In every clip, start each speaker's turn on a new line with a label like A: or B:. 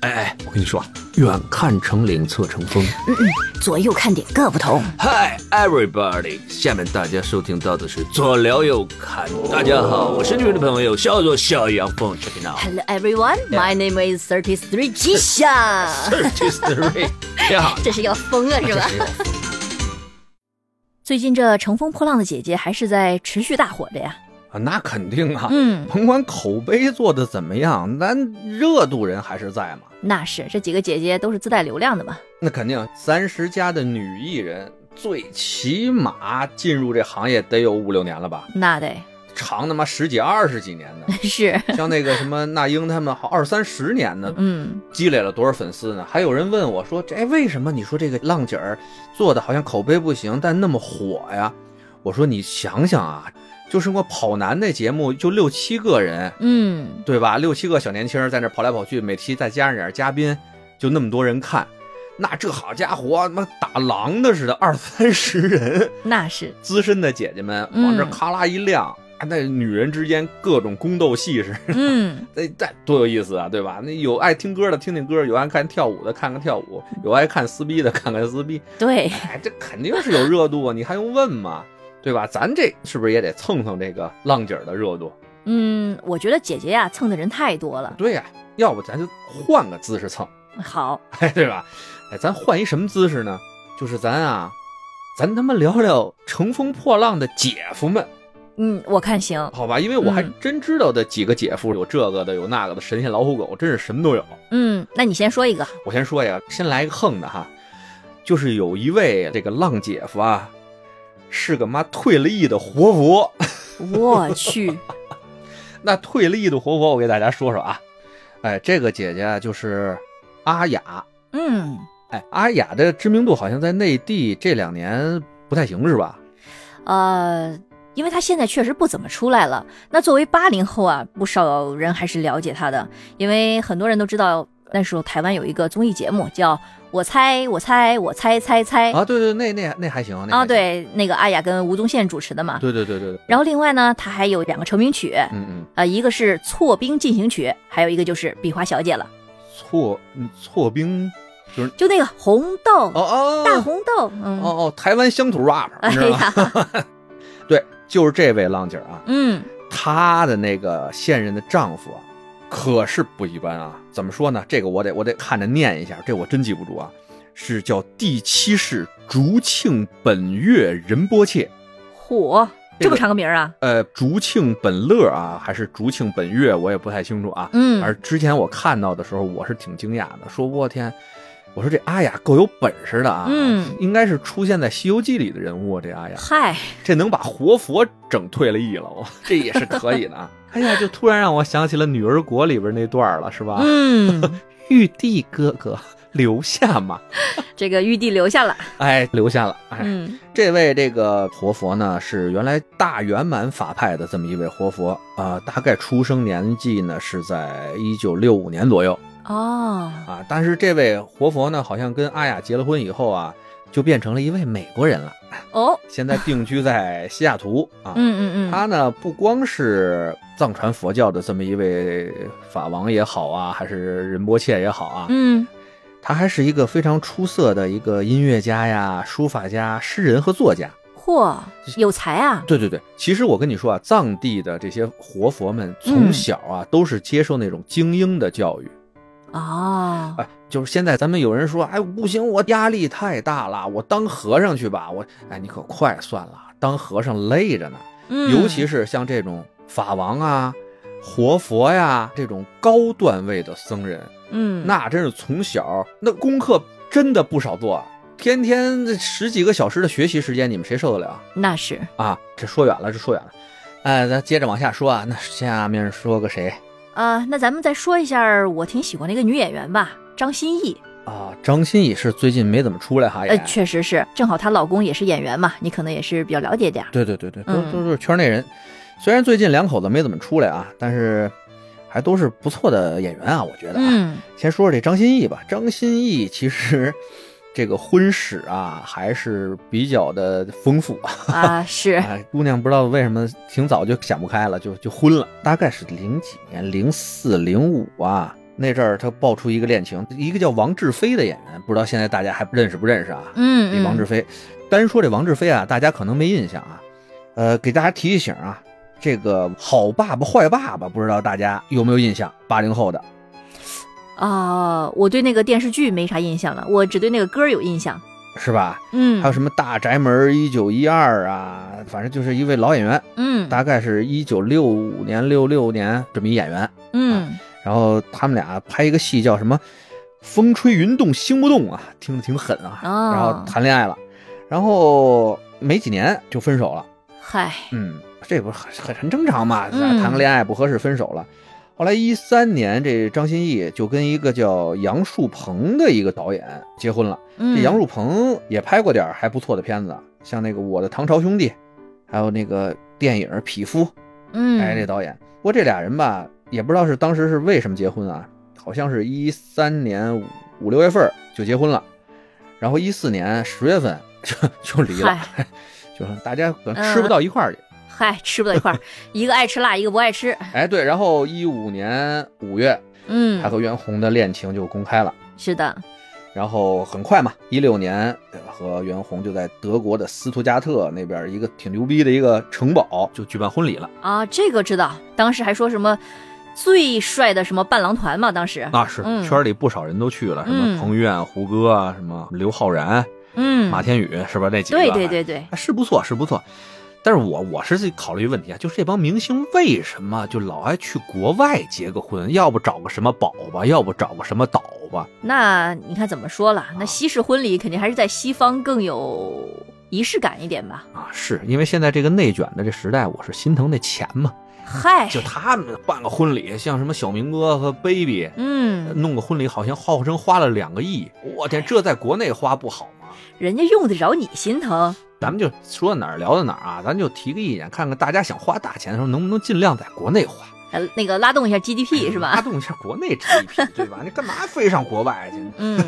A: 哎哎，我跟你说啊，远看成岭侧成峰。
B: 左右看点各不同。
A: Hi everybody，下面大家收听到的是左聊右侃。大家好，我是你们的朋友，叫做小杨凤 c h e c k it out。
B: Hello everyone, my name is Thirty Three G 夏。
A: Thirty three，你 好，
B: 这是要疯了是吧？最近这乘风破浪的姐姐还是在持续大火着呀。
C: 啊，那肯定啊，
B: 嗯，
C: 甭管口碑做的怎么样，咱热度人还是在嘛。
B: 那是这几个姐姐都是自带流量的嘛。
C: 那肯定，三十加的女艺人，最起码进入这行业得有五六年了吧，
B: 那得
C: 长他妈十几二十几年的。
B: 是，
C: 像那个什么那英他们，好二三十年呢，
B: 嗯，
C: 积累了多少粉丝呢？还有人问我说，这哎为什么你说这个浪姐儿做的好像口碑不行，但那么火呀？我说你想想啊，就是我跑男那节目就六七个人，
B: 嗯，
C: 对吧？六七个小年轻儿在那跑来跑去，每期再加上点嘉宾，就那么多人看，那这好家伙，他妈打狼的似的，二三十人，
B: 那是，
C: 资深的姐姐们
B: 嗯
C: 往这咔啦一亮。啊那女人之间各种宫斗戏是，
B: 嗯，
C: 那那多有意思啊，对吧？那有爱听歌的听听歌，有爱看跳舞的看看跳舞，有爱看撕逼的看看撕逼，
B: 对，
C: 哎，这肯定是有热度啊，你还用问吗？对吧？咱这是不是也得蹭蹭这个浪姐儿的热度？
B: 嗯，我觉得姐姐呀蹭的人太多了。
C: 对呀、要不咱就换个姿势蹭。
B: 好，
C: 哎，对吧？哎，咱换一什么姿势呢？就是咱啊，咱他妈聊聊乘风破浪的姐夫们，
B: 嗯，我看行，
C: 好吧？因为我还
B: 嗯
C: 真知道的几个姐夫，有这个的，有那个的，神仙老虎狗，真是什么都有。
B: 嗯，那你先说 一个，
C: 我先说呀，先来一个横的哈，就是有一位这个浪姐夫啊，是个妈退了役的活佛。
B: 我去，
C: 那退了役的活佛，我给大家说说啊，哎，这个姐姐啊就是阿雅，
B: 嗯，
C: 哎，阿雅的知名度好像在内地这两年不太行，是吧？
B: 呃，因为她现在确实不怎么出来了。那作为八零后啊，不少人还是了解她的，因为很多人都知道那时候台湾有一个综艺节目叫《我猜我猜我猜猜猜》
C: 啊，对对，那那那还行那还行，
B: 啊，哎对，那个阿雅跟吴宗宪主持的嘛。
C: 对对对对对，
B: 然后另外呢，她还有两个成名曲，
C: 嗯嗯，
B: 呃，一个是《错兵进行曲》，还有一个就是《比华小姐》了，
C: 错嗯错兵就是
B: 就那个红豆、
C: 哦哦
B: 大红豆，嗯，
C: 哦哦，台湾乡土 rap，
B: 哎
C: 你知道吗？
B: 呀，
C: 对，就是这位浪姐儿啊，
B: 嗯
C: 她的那个现任的丈夫啊，可是不一般啊。怎么说呢？这个我得我得看着念一下，这我真记不住啊。是叫第七世竹庆本月仁波切，
B: 火，
C: 这
B: 这
C: 个
B: 么长个名儿啊，
C: 呃，竹庆本乐啊，还是竹庆本月，我也不太清楚啊。
B: 嗯
C: 而之前我看到的时候，我是挺惊讶的，说我天，我说这阿雅够有本事的啊，
B: 嗯
C: 应该是出现在《西游记》里的人物啊，这阿雅
B: 嗨，
C: 这能把活佛整退了役了，我 这也是可以的啊。 哎呀，就突然让我想起了《女儿国》里边那段了，是吧？
B: 嗯。
C: 玉帝哥哥留下嘛，
B: 这个玉帝留下了。
C: 哎，留下了。哎，
B: 嗯
C: 这位这个活佛呢，是原来大圆满法派的这么一位活佛啊、大概出生年纪呢是在一九六五年左右。
B: 哦，
C: 啊，但是这位活佛呢，好像跟阿雅结了婚以后啊，就变成了一位美国人了，
B: 哦，
C: 现在定居在西雅图啊。
B: 嗯嗯嗯，
C: 他呢，不光是藏传佛教的这么一位法王也好啊，还是仁波切也好啊，
B: 嗯，
C: 他还是一个非常出色的一个音乐家呀、书法家、诗人和作家。
B: 嚯，有才啊！
C: 对对对，其实我跟你说啊，藏地的这些活佛们从
B: 嗯
C: 小啊、都是接受那种精英的教育，
B: 哦，
C: 哎，就是现在咱们有人说，哎，不行，我压力太大了，我当和尚去吧。我，哎，你可快算了，当和尚累着呢。
B: 嗯
C: 尤其是像这种法王啊、活佛呀、这种高段位的僧人，
B: 嗯，
C: 那真是从小那功课真的不少做啊，天天这十几个小时的学习时间，你们谁受得了
B: 那是
C: 啊？这说远了，这说远了。哎，咱接着往下说啊。那下面说个谁
B: 啊，那咱们再说一下我挺喜欢的一个女演员吧，张歆艺。
C: 啊？张歆艺是最近没怎么出来哈，也
B: 呃，确实是，正好她老公也是演员嘛，你可能也是比较了解点儿。
C: 对对对对，都
B: 嗯
C: 都都是圈内人。虽然最近两口子没怎么出来啊，但是还都是不错的演员啊，我觉得啊。
B: 嗯
C: 先说说这张歆艺吧，张歆艺其实这个婚史啊还是比较的丰富啊。
B: 啊，是，
C: 哎，姑娘不知道为什么挺早就想不开了，就就婚了，大概是零几年，零四零五啊。那阵儿他爆出一个恋情，一个叫王志飞的演员，不知道现在大家还认识不认识啊？
B: 嗯，
C: 这
B: 嗯
C: 王志飞，单说这王志飞啊，大家可能没印象啊，呃，给大家提提醒啊，这个好爸爸坏爸爸，不知道大家有没有印象？八零后的
B: 啊、我对那个电视剧没啥印象了，我只对那个歌儿有印象。
C: 是吧？
B: 嗯，
C: 还有什么大宅门一九一二啊，反正就是一位老演员，
B: 嗯
C: 大概是一九六五年、六六年这么一演员。
B: 嗯
C: 然后他们俩拍一个戏叫什么“风吹云动心不动”啊，听着挺狠啊。
B: 哦
C: 然后谈恋爱了，然后没几年就分手了。
B: 嗨，
C: 嗯，这不是很很很正常嘛？
B: 嗯
C: 谈个恋爱不合适，分手了。后来一三年，这张歆艺就跟一个叫杨树鹏的一个导演结婚了。这
B: 嗯，
C: 杨树鹏也拍过点儿还不错的片子，像那个《我的唐朝兄弟》，还有那个电影《匹夫》，
B: 嗯，
C: 哎，这导演。不过这俩人吧，也不知道是当时是为什么结婚啊，好像是一三年五五六月份儿就结婚了，然后一四年十月份就就离了，就是大家可能
B: 嗯
C: 吃不到一块儿去。
B: 嗨，吃不到一 块儿，一个爱吃辣，一个不爱吃。
C: 哎，对，然后一五年五月，
B: 嗯
C: 他，和袁弘的恋情就公开了。
B: 是的，
C: 然后很快嘛，一六年呃和袁弘就在德国的斯图加特那边一个挺牛逼的一个城堡就举办婚礼了
B: 啊，这个知道，当时还说什么最帅的什么伴郎团嘛，当时，
C: 那啊是
B: 嗯
C: 圈里不少人都去了，什
B: 嗯
C: 么彭于晏、胡歌啊，什么刘昊然、
B: 嗯，
C: 马天宇，是吧？那几个
B: 对对对对，
C: 啊，是不错，是不错。但是我我是自己考虑问题啊，就是这帮明星为什么就老爱去国外结个婚？要不找个什么宝吧，要不找个什么岛吧？
B: 那你看怎么说了？那西式婚礼肯定还是在西方更有仪式感一点吧？
C: 啊，是因为现在这个内卷的这时代，我是心疼那钱嘛。
B: 嗨，
C: 就他们办个婚礼，像什么小明哥和 baby，
B: 嗯，
C: 弄个婚礼好像号称花了两个亿，我天，这在国内花不好吗？
B: 人家用得着你心疼。
C: 咱们就说到哪儿聊到哪儿啊，咱就提个意见，看看大家想花大钱的时候能不能尽量在国内花，
B: 呃，那个拉动一 下 GDP 是
C: 拉
B: 吧？
C: 动一下国内 GDP，对吧？你干嘛非上国外去？
B: 嗯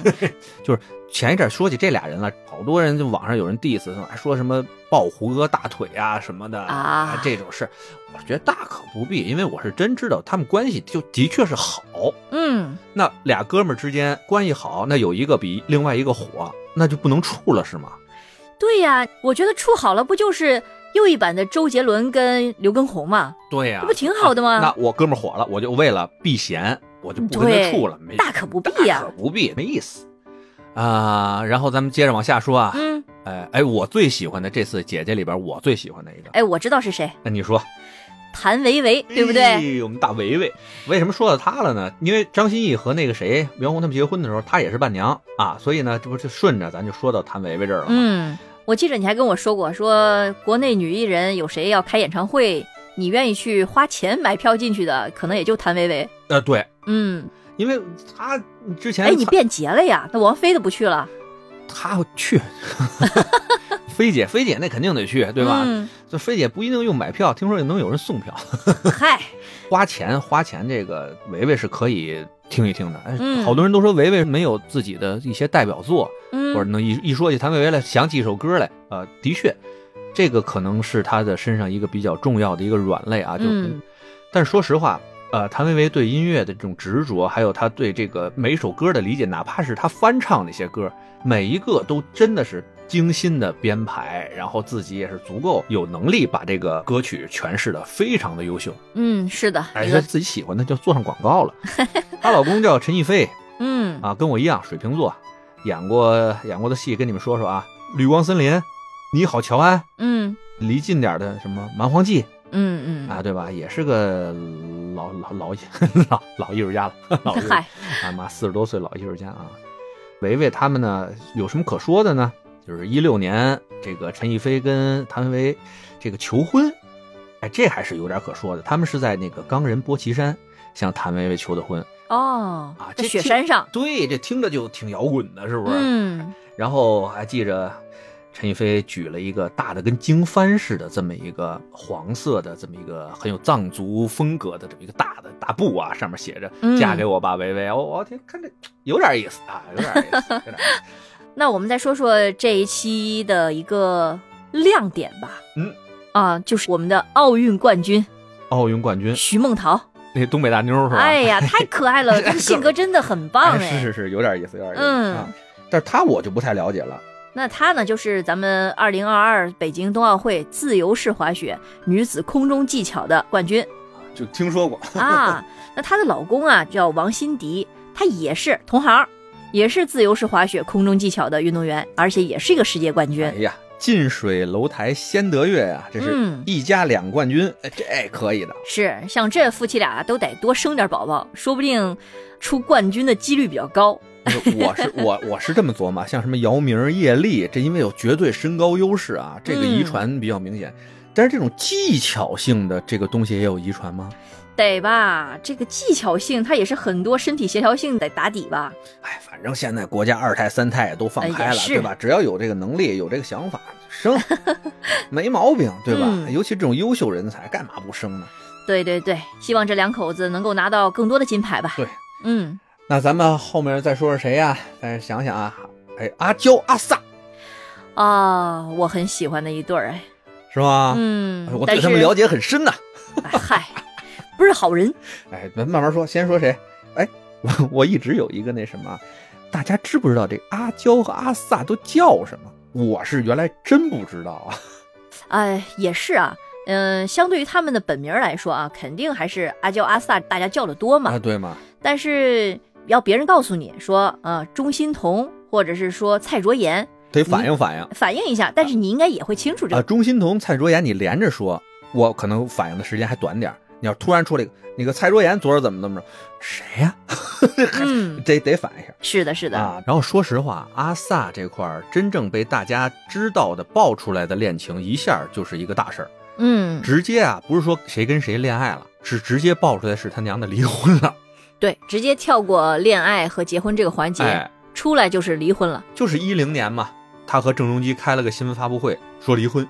C: 前一阵说起这俩人了，好多人就网上有人 diss，还说什么抱胡歌大腿啊什么的
B: 啊
C: 这种事，我觉得大可不必，因为我是真知道他们关系就的确是好，
B: 嗯，
C: 那俩哥们儿之间关系好，那有一个比另外一个火，那就不能处了是吗？
B: 对呀、我觉得处好了不就是又一版的周杰伦跟刘畊宏嘛，
C: 对呀、
B: 这不挺好的吗？
C: 啊
B: 嗯
C: 那我哥们儿火了，我就为了避嫌，我就不跟他
B: 对
C: 处了，没
B: 大可不必啊呀
C: 大可不必，没意思啊、然后咱们接着往下说啊，
B: 嗯，
C: 哎哎，我最喜欢的这次姐姐里边，我最喜欢的一个，
B: 哎，我知道是谁，
C: 那你说
B: 谭维维，对不
C: 哎
B: 对？
C: 我们大维维，为什么说到她了呢？因为张歆艺和那个谁袁弘他们结婚的时候，她也是伴娘啊，所以呢，这不就顺着咱就说到谭维维这儿了吗？
B: 嗯，我记着你还跟我说过，说国内女艺人有谁要开演唱会，你愿意去花钱买票进去的，可能也就谭维维。
C: 呃，对，
B: 嗯，
C: 因为她之前
B: 哎，你变节了呀？那王菲的不去了，
C: 她去， 菲姐，菲姐那肯定得去，对吧？
B: 嗯、
C: 这菲姐不一定用买票，听说也能有人送票，
B: 嗨，
C: 花钱花钱，这个维维是可以听一听的。哎，
B: 嗯
C: 好多人都说维维没有自己的一些代表作，或者
B: 嗯，
C: 能一一说起谭维维来，想起一首歌来，呃，的确，这个可能是她的身上一个比较重要的一个软肋啊。就，
B: 嗯
C: 但是说实话。呃，谭维维对音乐的这种执着，还有她对这个每一首歌的理解，哪怕是她翻唱那些歌，每一个都真的是精心的编排，然后自己也是足够有能力把这个歌曲诠释的非常的优秀。
B: 嗯，是的，
C: 哎，
B: 一
C: 她
B: 个
C: 自己喜欢的就做上广告了。她老公叫陈逸飞，
B: 嗯
C: 啊，跟我一样水瓶座，演过演过的戏跟你们说说啊，《绿光森林》《你好，乔安》，
B: 嗯
C: 离近点儿的什么《蛮荒记
B: 嗯》嗯，
C: 啊，对吧？也是个老老老 老老艺术家了，老艺术
B: 嗨，
C: 啊妈四十多岁老艺术家啊。维维他们呢有什么可说的呢？就是一六年这个陈逸飞跟谭维维这个求婚，哎，这还是有点可说的。他们是在那个冈仁波齐山向谭维维求的婚。
B: 哦
C: 啊，
B: 在
C: 这
B: 雪
C: 听
B: 山上，
C: 对，这听着就挺摇滚的，是不是？
B: 嗯
C: 然后还记着陈逸飞举了一个大的跟经幡似的这么一个黄色的这么一个很有藏族风格的这么一个大的大布啊，上面写着“
B: 嗯
C: 嫁给我吧，维维”我我天，看这有点意思啊，有点意 思，有点意思。
B: 那我们再说说这一期的一个亮点吧。
C: 嗯，
B: 啊，就是我们的奥运冠军
C: 奥运冠军
B: 徐梦桃。
C: 那东北大嗯妞是吧？
B: 哎 呀，太可爱了，这个性格真的很
C: 哎，
B: 棒
C: 是
B: 哎。
C: 是是，有点意思，有点意思、
B: 嗯
C: 啊。但是他我就不太了解了，
B: 那她呢，就是咱们二零二二北京冬奥会自由式滑雪女子空中技巧的 冠军
C: 就听说 过。
B: 啊。那她的老公啊叫王新迪，他也是同行，也是自由式滑雪空中技巧的运动员，而且也是一个世界冠军。
C: 哎呀，近水楼台先得月呀、这是
B: 嗯
C: 一家两冠军，哎这可以的。
B: 是，像这夫妻俩都得多生点宝宝，说不定出冠军的几率比较高。
C: 我是我我是这么琢磨，像什么姚明、叶丽，这因为有绝对身高优势啊，这个遗
B: 嗯
C: 传比较明显。但是这种技巧性的这个东西也有遗传吗？
B: 得吧，这个技巧性，它也是很多身体协调性得打底吧。
C: 哎，反正现在国家二胎、三胎也都放
B: 哎
C: 开
B: 也
C: 了，
B: 是
C: 对吧？只要有这个能力、有这个想法，生 没毛病，对吧？
B: 嗯
C: 尤其这种优秀人才，干嘛不生呢？
B: 对对对，希望这两口子能够拿到更多的金牌吧。
C: 对，
B: 嗯，
C: 那咱们后面再说说谁呀、再想想啊，哎，阿娇、阿萨
B: 啊、我很喜欢的一对儿哎，
C: 是吗？
B: 嗯
C: 哎，我
B: 但
C: 对
B: 是
C: 他们了解很深呐、
B: 哎嗨，不是好人，
C: 哎，咱慢慢说，先说谁？哎，我我一直有一个那什么，大家知不知道这阿娇和阿萨都叫什么？我是原来真不知道啊。
B: 哎，也是啊。嗯，相对于他们的本名来说啊，肯定还是阿娇阿萨大家叫的多嘛。
C: 啊，对吗？
B: 但是要别人告诉你说，呃，钟欣桐或者是说蔡卓妍，
C: 得反应反应。
B: 反映一下，但是你应该也会清楚这
C: 啊，
B: 个。
C: 钟欣桐、蔡卓妍，你连着说，我可能反应的时间还短点儿。你要突然出来一个，那个蔡卓妍昨儿怎么怎么着，谁呀、
B: 嗯，
C: 得得反应一下
B: 是的，是的，
C: 啊。然后说实话，阿萨这块儿真正被大家知道的爆出来的恋情，一下就是一个大事儿，
B: 嗯，
C: 直接啊，不是说谁跟谁恋爱了，是直接爆出来是他娘的离婚了，
B: 对，直接跳过恋爱和结婚这个环节，
C: 哎，
B: 出来就是离婚了。
C: 就是一零年嘛，他和郑中基开了个新闻发布会说离婚。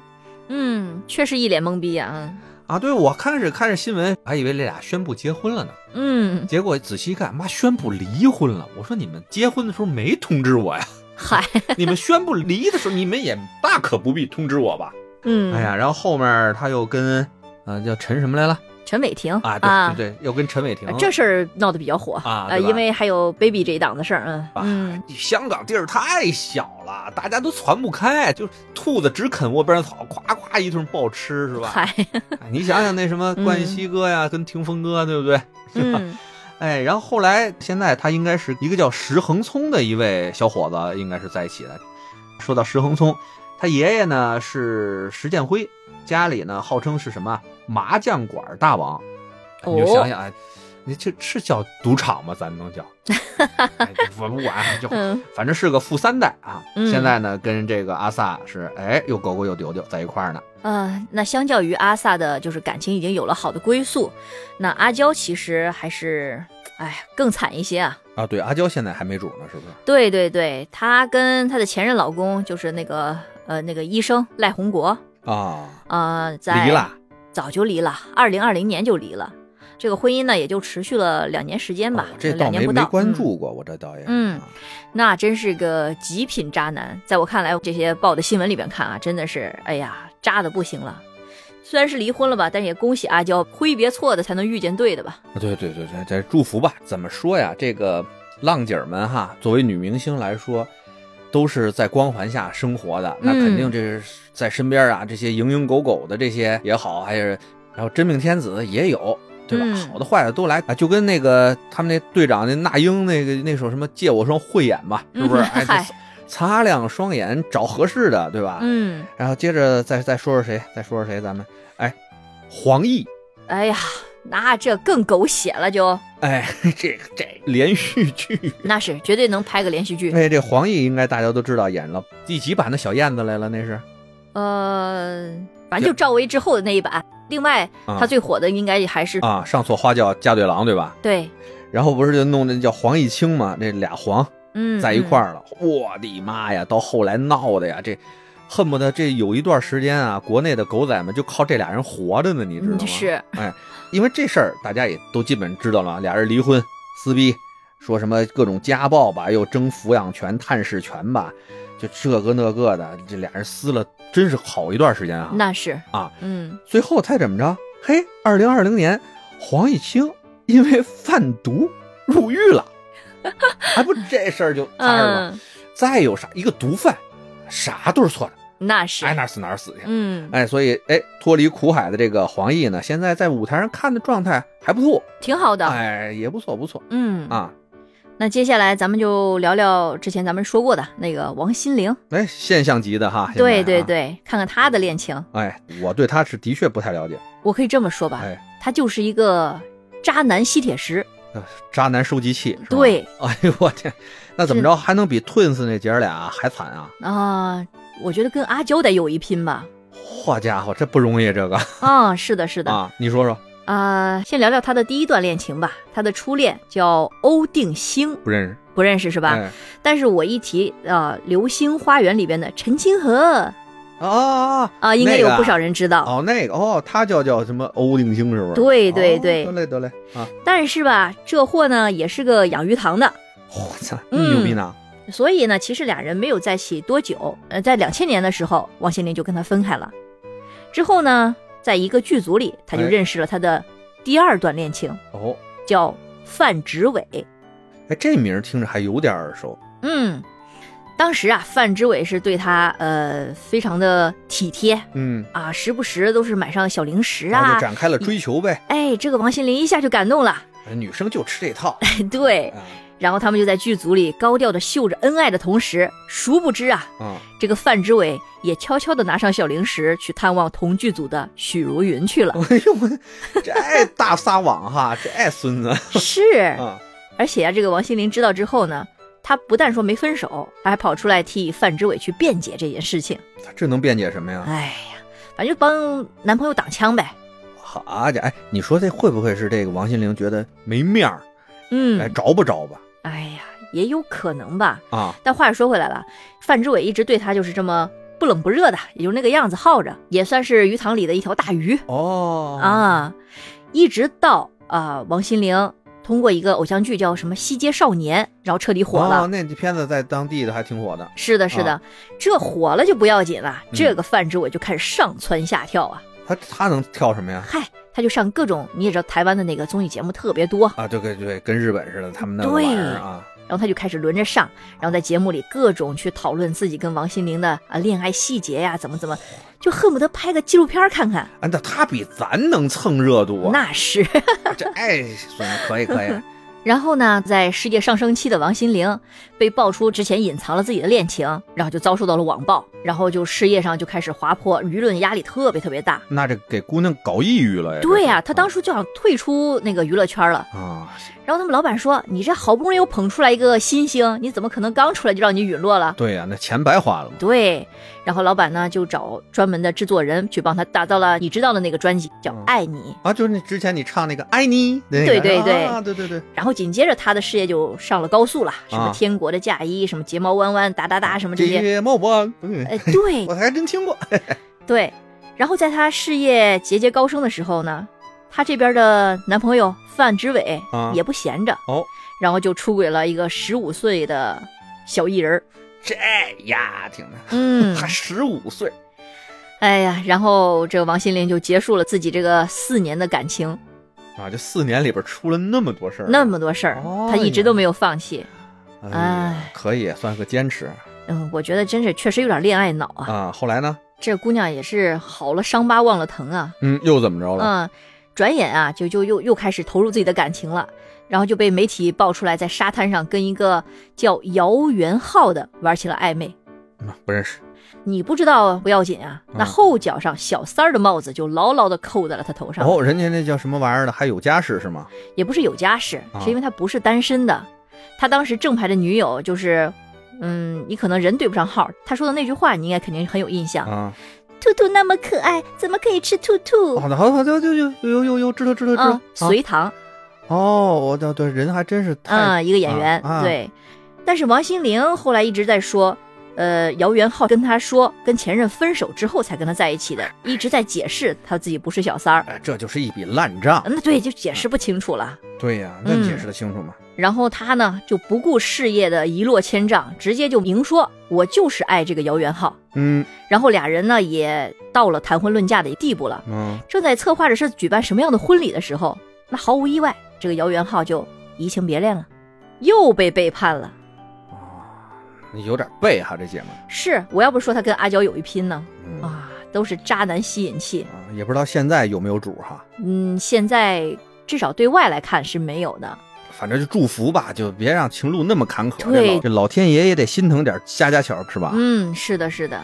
B: 嗯，确实一脸懵逼呀、啊。
C: 啊，对，我开始看着新闻，还以为这俩宣布结婚了呢。
B: 嗯，
C: 结果仔细一看，妈宣布离婚了。我说你们结婚的时候没通知我呀？
B: 嗨，
C: 你们宣布离的时候，你们也大可不必通知我吧？
B: 嗯，
C: 哎呀，然后后面他又跟，呃，叫陈什么来了？
B: 陈伟霆
C: 啊，对对对，又跟陈伟霆
B: 呃。这事儿闹得比较火
C: 啊
B: 呃，
C: 对吧
B: 因为还有 baby 这一档子事儿，嗯
C: 啊
B: 嗯，
C: 香港地儿太小了，大家都传不开，就是兔子只啃窝边草，夸夸一顿暴吃，是 吧？
B: 嗨，
C: 哎你想想那什么冠希哥呀，跟霆锋哥，对不 对？
B: 嗯，
C: 哎，然后后来现在他应该是一个叫石恒聪的一位小伙子，应该是在一起的。说到石恒聪，他爷爷呢是石建辉，家里呢号称是什么麻将馆大王。你就
B: 哦
C: 想想啊，你这是叫赌场吗？咱能 叫？哎我不管，就
B: 嗯
C: 反正是个富三代啊。
B: 嗯
C: 现在呢，跟这个阿萨是哎又狗狗又丢丢在一块儿呢。
B: 啊，那相较于阿萨的，就是感情已经有了好的归宿，那阿娇其实还是，哎，更惨一些啊。
C: 啊，对，阿娇现在还没主呢，是不是？
B: 对对对，她跟她的前任老公就是那个呃那个医生赖宏国，
C: 啊，
B: 呃，在
C: 离了，
B: 早就离了，二零二零年就离了。这个婚姻呢，也就持续了两年时间吧，
C: 哦这
B: 两
C: 倒
B: 年
C: 没
B: 不
C: 没
B: 到。
C: 关
B: 嗯
C: 注过，我这倒也是
B: 嗯
C: 啊
B: 那真是个极品渣男。在我看来，这些报的新闻里边看啊，真的是，哎呀，渣的不行了。虽然是离婚了吧，但是也恭喜阿娇，挥别错的才能遇见对的吧。
C: 啊对对对对，这祝福吧。怎么说呀？这个浪姐儿们哈，作为女明星来说，都是在光环下生活的，那肯
B: 嗯
C: 定这是在身边啊，这些蝇营狗苟的这些也好，还是然后真命天子也有。对吧？
B: 嗯
C: 好的坏的都来啊，就跟那个他们那队长那那英那个那首什么借我双慧眼吧，是不是？
B: 嗯
C: 哎，
B: 嗨
C: 就擦亮双眼找合适的，对吧？
B: 嗯，
C: 然后接着再再说说谁，再说说谁，咱们哎，黄奕
B: 哎呀，那这更狗血了就，
C: 哎， 这个这个连续剧，
B: 那是绝对能拍个连续剧。
C: 哎，这黄奕应该大家都知道，演了第几版的小燕子来了？那是
B: 呃，反正就赵薇之后的那一版。另外，
C: 啊
B: 她最火的应该还是、
C: 啊，上错花轿嫁对郎，对吧？
B: 对，
C: 然后不是就弄那叫黄奕清嘛，那俩黄
B: 嗯，
C: 在一块儿了，我的妈呀！到后来闹的呀，这恨不得这有一段时间啊，国内的狗仔们就靠这俩人活着呢，你知道
B: 嗯，
C: 吗？
B: 嗯，是，
C: 哎因为这事儿大家也都基本知道了，啊俩人离婚、撕逼，说什么各种家暴吧，又争抚养权、探视权吧，就这个那个的，这俩人撕了真是好一段时间啊。
B: 那是
C: 啊，
B: 嗯，
C: 最后他怎么着？嘿，二零二零年，黄毅清因为贩毒入狱了，还不这事儿就摊上了吗？
B: 嗯，
C: 再有啥一个毒贩，啥都是错的，
B: 那是，
C: 爱哪儿死哪儿死去。
B: 嗯，
C: 哎，所以哎，脱离苦海的这个黄奕呢，现在在舞台上看的状态还不错，
B: 挺好的，
C: 哎，也不错不错
B: 嗯
C: 啊。
B: 那接下来咱们就聊聊之前咱们说过的那个王心凌，
C: 哎，现象级的哈，现在
B: 对对
C: 啊。
B: 对，看看她的恋情，
C: 哎，我对他是的确不太了解。
B: 我可以这么说吧，
C: 哎，呃
B: 她就是一个渣男吸铁石，
C: 渣男收集器。是吧，
B: 对
C: 哎呦我天，那怎么着还能比 Twins 那姐儿俩还惨啊？
B: 啊、我觉得跟阿娇得有一拼吧，
C: 好家伙，这不容易这个
B: 啊，是的，是的，
C: 啊！你说说，
B: 啊，先聊聊她的第一段恋情吧，她的初恋叫欧定星，
C: 不认识
B: 不认识是吧？
C: 哎
B: 但是我一提啊，流星花园》里边的陈清河
C: 啊啊啊
B: 啊，应该有不少
C: 人
B: 人知道。
C: 哦，那个哦，他叫叫什么欧定星是不是？
B: 对对
C: 哦
B: 对
C: 得嘞得嘞啊！
B: 但是吧，这货呢也是个养鱼塘的，
C: 我操，
B: 嗯
C: 牛逼呢！
B: 所以呢，其实俩人没有在一起多久。呃，在两千年的时候，王心凌就跟他分开了。之后呢，在一个剧组里，他就
C: 哎
B: 认识了他的第二段恋情，
C: 哦，
B: 叫范植伟。
C: 哎，这名儿听着还有点耳熟。
B: 嗯，当时啊，范植伟是对他呃非常的体贴
C: 嗯，
B: 啊，时不时都是买上小零食
C: 然后
B: 啊
C: 就。展开了追求呗。哎
B: 哎，这个王心凌一下就感动了，
C: 女生就吃这套。
B: 对。
C: 啊
B: 然后他们就在剧组里高调的秀着恩爱的同时，殊不知啊，
C: 啊，
B: 这个范植伟也悄悄的拿上小零食去探望同剧组的许茹芸去 了。
C: 哎呦我，这大撒网哈，这孙子
B: 是，
C: 啊！
B: 而且啊，这个王心凌知道之后呢，她不但说没分手，她还跑出来替范植伟去辩解这件事情。
C: 他这能辩解什么呀？
B: 哎呀，反正就帮男朋友挡枪呗。
C: 好家伙，哎，你说这会不会是这个王心凌觉得没面儿，哎，
B: 嗯，
C: 着不着吧？
B: 哎呀，也有可能吧。
C: 啊，
B: 但话又说回来了，范志伟一直对她就是这么不冷不热的，也就那个样子耗着，也算是鱼塘里的一条大鱼、
C: 哦，
B: 啊。一直到啊、王心凌通过一个偶像剧叫什么《西街少年》，然后彻底火了。
C: 哦，啊那片子在当地的还挺火的。
B: 是的，是的，这火了就不要紧了，
C: 嗯
B: 这个范志伟就开始上蹿下跳啊，
C: 他他能跳什么呀？
B: 嗨，他就上各种，你也知道台湾的那个综艺节目特别多，
C: 啊，对对对，跟日本似的，他们那个玩意儿啊，
B: 然后他就开始轮着上，然后在节目里各种去讨论自己跟王心凌的啊恋爱细节呀、怎么怎么，就恨不得拍个纪录片儿看看。
C: 啊，那他比咱能蹭热度啊。
B: 那是。
C: 这哎，孙子可以可以，
B: 然后呢，在事业上升期的王心凌被爆出之前隐藏了自己的恋情，然后就遭受到了网暴，然后就事业上就开始滑坡，舆论压力特别特别大。
C: 那这给姑娘搞抑郁了呀。
B: 对呀、
C: 呀、
B: 她当时就想退出那个娱乐圈了。
C: 啊，
B: 然后他们老板说：“你这好不容易又捧出来一个新星，你怎么可能刚出来就让你陨落了？”
C: 对呀、那钱白花了嘛。
B: 对，然后老板呢就找专门的制作人去帮他打造了你知道的那个专辑，叫《
C: 嗯
B: 爱你》。
C: 啊，就是那之前你唱那个爱你的那个，
B: 对对对
C: 啊，对对对，
B: 然后紧接着他的事业就上了高速了，什么
C: 啊
B: 天国的嫁衣，什么睫毛弯弯哒哒哒，什么这些。
C: 睫毛弯，嗯
B: 呃，对
C: 我还真听过。
B: 对。然后在他事业节节高升的时候呢，他这边的男朋友范植伟
C: 啊
B: 也不闲着，
C: 哦，
B: 然后就出轨了一个十五岁的小 艺人儿。
C: 这丫挺的，
B: 嗯，
C: 还十五岁，
B: 哎呀，然后这个王心凌就结束了自己这个四年的感情。
C: 啊，这四年里边出了那么多事儿，
B: 那么多事儿，
C: 哦
B: 他一直都没有放弃。
C: 哎，可以算是个坚持
B: 嗯，我觉得真是确实有点恋爱脑啊。
C: 啊。后来呢？
B: 这姑娘也是好了伤疤忘了疼啊。
C: 嗯，又怎么着了？
B: 嗯，转眼啊，就就又又开始投入自己的感情了，然后就被媒体爆出来在沙滩上跟一个叫姚元浩的玩起了暧昧。
C: 嗯不认识。
B: 你不知道不要紧啊，那
C: 嗯
B: 后脚上小三儿的帽子就牢牢的扣在了他头上。
C: 哦，人家那叫什么玩意儿的，还有家室是吗？
B: 也不是有家室，
C: 啊
B: 是因为他不是单身的。他当时正牌的女友就是，嗯，你可能人对不上号。他说的那句话，你应该肯定很有印象。
C: 啊，
B: 兔兔那么可爱，怎么可以吃兔兔？
C: 哦，好，好，就就就呦呦呦，知道知道知道
B: 嗯，。隋唐，
C: 啊哦，我对对，人还真是太
B: 嗯，一个演员，
C: 啊啊
B: 对。但是王心凌后来一直在说，呃，姚元浩跟他说，跟前任分手之后才跟他在一起的，一直在解释他自己不是小三儿。
C: 哎，这就是一笔烂账。
B: 嗯，对，就解释不清楚了。
C: 对呀，
B: 嗯
C: 那解释的清楚吗？
B: 然后他呢就不顾事业的一落千丈，直接就明说我就是爱这个姚元浩。
C: 嗯
B: 然后俩人呢也到了谈婚论嫁的地步了，
C: 嗯，
B: 正在策划着是举办什么样的婚礼的时候，那毫无意外，这个姚元浩就移情别恋了，又被背叛了。
C: 有点背哈这姐们儿，
B: 是我要不说他跟阿娇有一拼呢
C: 嗯
B: 啊，都是渣男吸引器。
C: 啊，也不知道现在有没有主哈，
B: 嗯，现在至少对外来看是没有的。
C: 反正就祝福吧，就别让情路那么坎坷。
B: 对
C: 这老这老天爷也得心疼点家家巧儿是吧？
B: 嗯，是的，是的。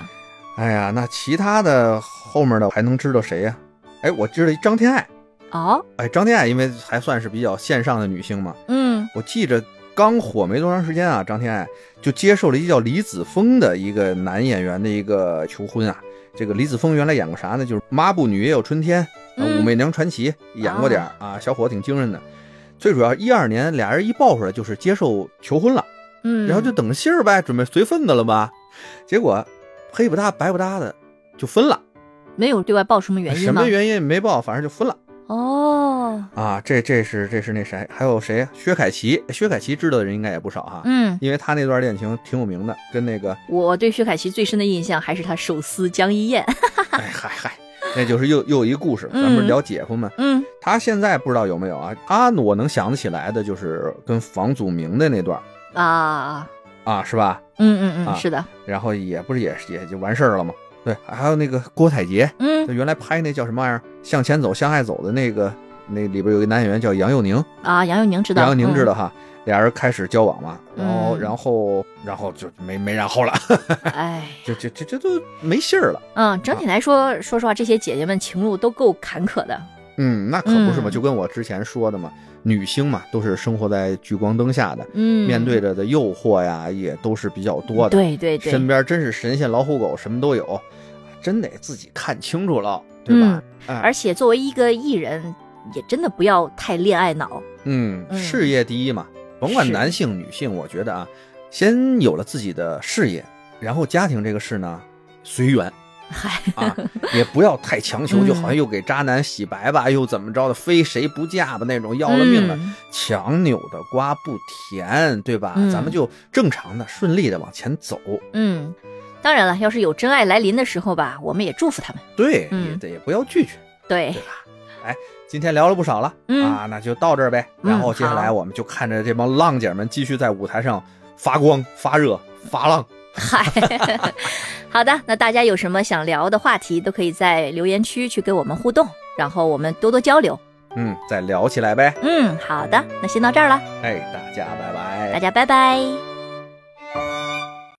C: 哎呀，那其他的后面的还能知道谁呀、哎，我知道一张天爱，
B: 哦，
C: 哎，张天爱因为还算是比较线上的女星嘛，
B: 嗯，
C: 我记着刚火没多长时间啊，张天爱就接受了一叫李子峰的一个男演员的一个求婚啊。这个李子峰原来演过啥呢？就是《抹布女也有春天》呃
B: 嗯
C: 武媚娘传奇》演过点儿啊，小伙挺精神的。最主要一二年俩人一爆出来就是接受求婚了，
B: 嗯，
C: 然后就等信儿呗，准备随份子了吧。结果黑不搭白不搭的就分了，
B: 没有对外报什么原因
C: 什
B: 吗？
C: 么原因也没报，反正就分了。
B: 哦，
C: 啊，这这是这是那谁，还有谁呀？薛凯琪，薛凯琪知道的人应该也不少哈，
B: 嗯，
C: 因为她那段恋情挺有名的，跟那个
B: 我对薛凯琪最深的印象还是她手撕江一燕。
C: 哎嗨嗨，那就是又又一故事，咱们
B: 嗯
C: 聊姐夫们，
B: 嗯，
C: 她现在不知道有没有啊？她我能想得起来的就是跟房祖名的那段
B: 啊，
C: 啊，是吧？
B: 嗯嗯
C: 啊
B: 嗯，是的，
C: 然后也不是也也就完事儿了吗？对，还有那个郭采洁，
B: 嗯
C: 她原来拍那叫什么玩意儿《向前走，向爱走》的那个，那里边有一个男演员叫杨佑宁，
B: 啊，杨佑宁知道，
C: 杨佑宁知道
B: 嗯，
C: 哈，俩人开始交往嘛，然后、
B: 嗯
C: 然后然后就没没然后了，
B: 哎。
C: 就就就就都没信儿了。
B: 嗯，整体来说，说实话，这些姐姐们情路都够坎坷的。
C: 嗯，那可不是嘛，
B: 嗯
C: 就跟我之前说的嘛，女星嘛都是生活在聚光灯下的，
B: 嗯，
C: 面对着的诱惑呀也都是比较多的，
B: 对对对，
C: 身边真是神仙老虎狗什么都有，真得自己看清楚了，对吧？哎
B: 而且作为一个艺人，也真的不要太恋爱脑。
C: 嗯，
B: 嗯
C: 事业第一嘛，甭管
B: 是
C: 男性女性，我觉得啊，先有了自己的事业，然后家庭这个事呢，随缘。
B: 嗨，
C: 啊，也不要太强求，
B: 嗯
C: 就好像又给渣男洗白吧，又怎么着的，非谁不嫁吧那种，要了命了。
B: 嗯
C: 强扭的瓜不甜，对吧？
B: 嗯
C: 咱们就正常的、顺利的往前走。
B: 嗯，当然了，要是有真爱来临的时候吧，我们也祝福他们。
C: 对，
B: 嗯
C: 也得也不要拒绝，
B: 对
C: 对，吧？哎，今天聊了不少了、
B: 嗯
C: 啊，那就到这儿呗。
B: 嗯
C: 然后接下来
B: 好
C: 我们就看着这帮浪姐们继续在舞台上发光、发热、发浪。
B: 嗨， 好的，那大家有什么想聊的话题，都可以在留言区去跟我们互动，然后我们多多交流。
C: 嗯，再聊起来呗。
B: 嗯，好的，那先到这儿了，
C: 哎，大家拜拜。
B: 大家拜拜。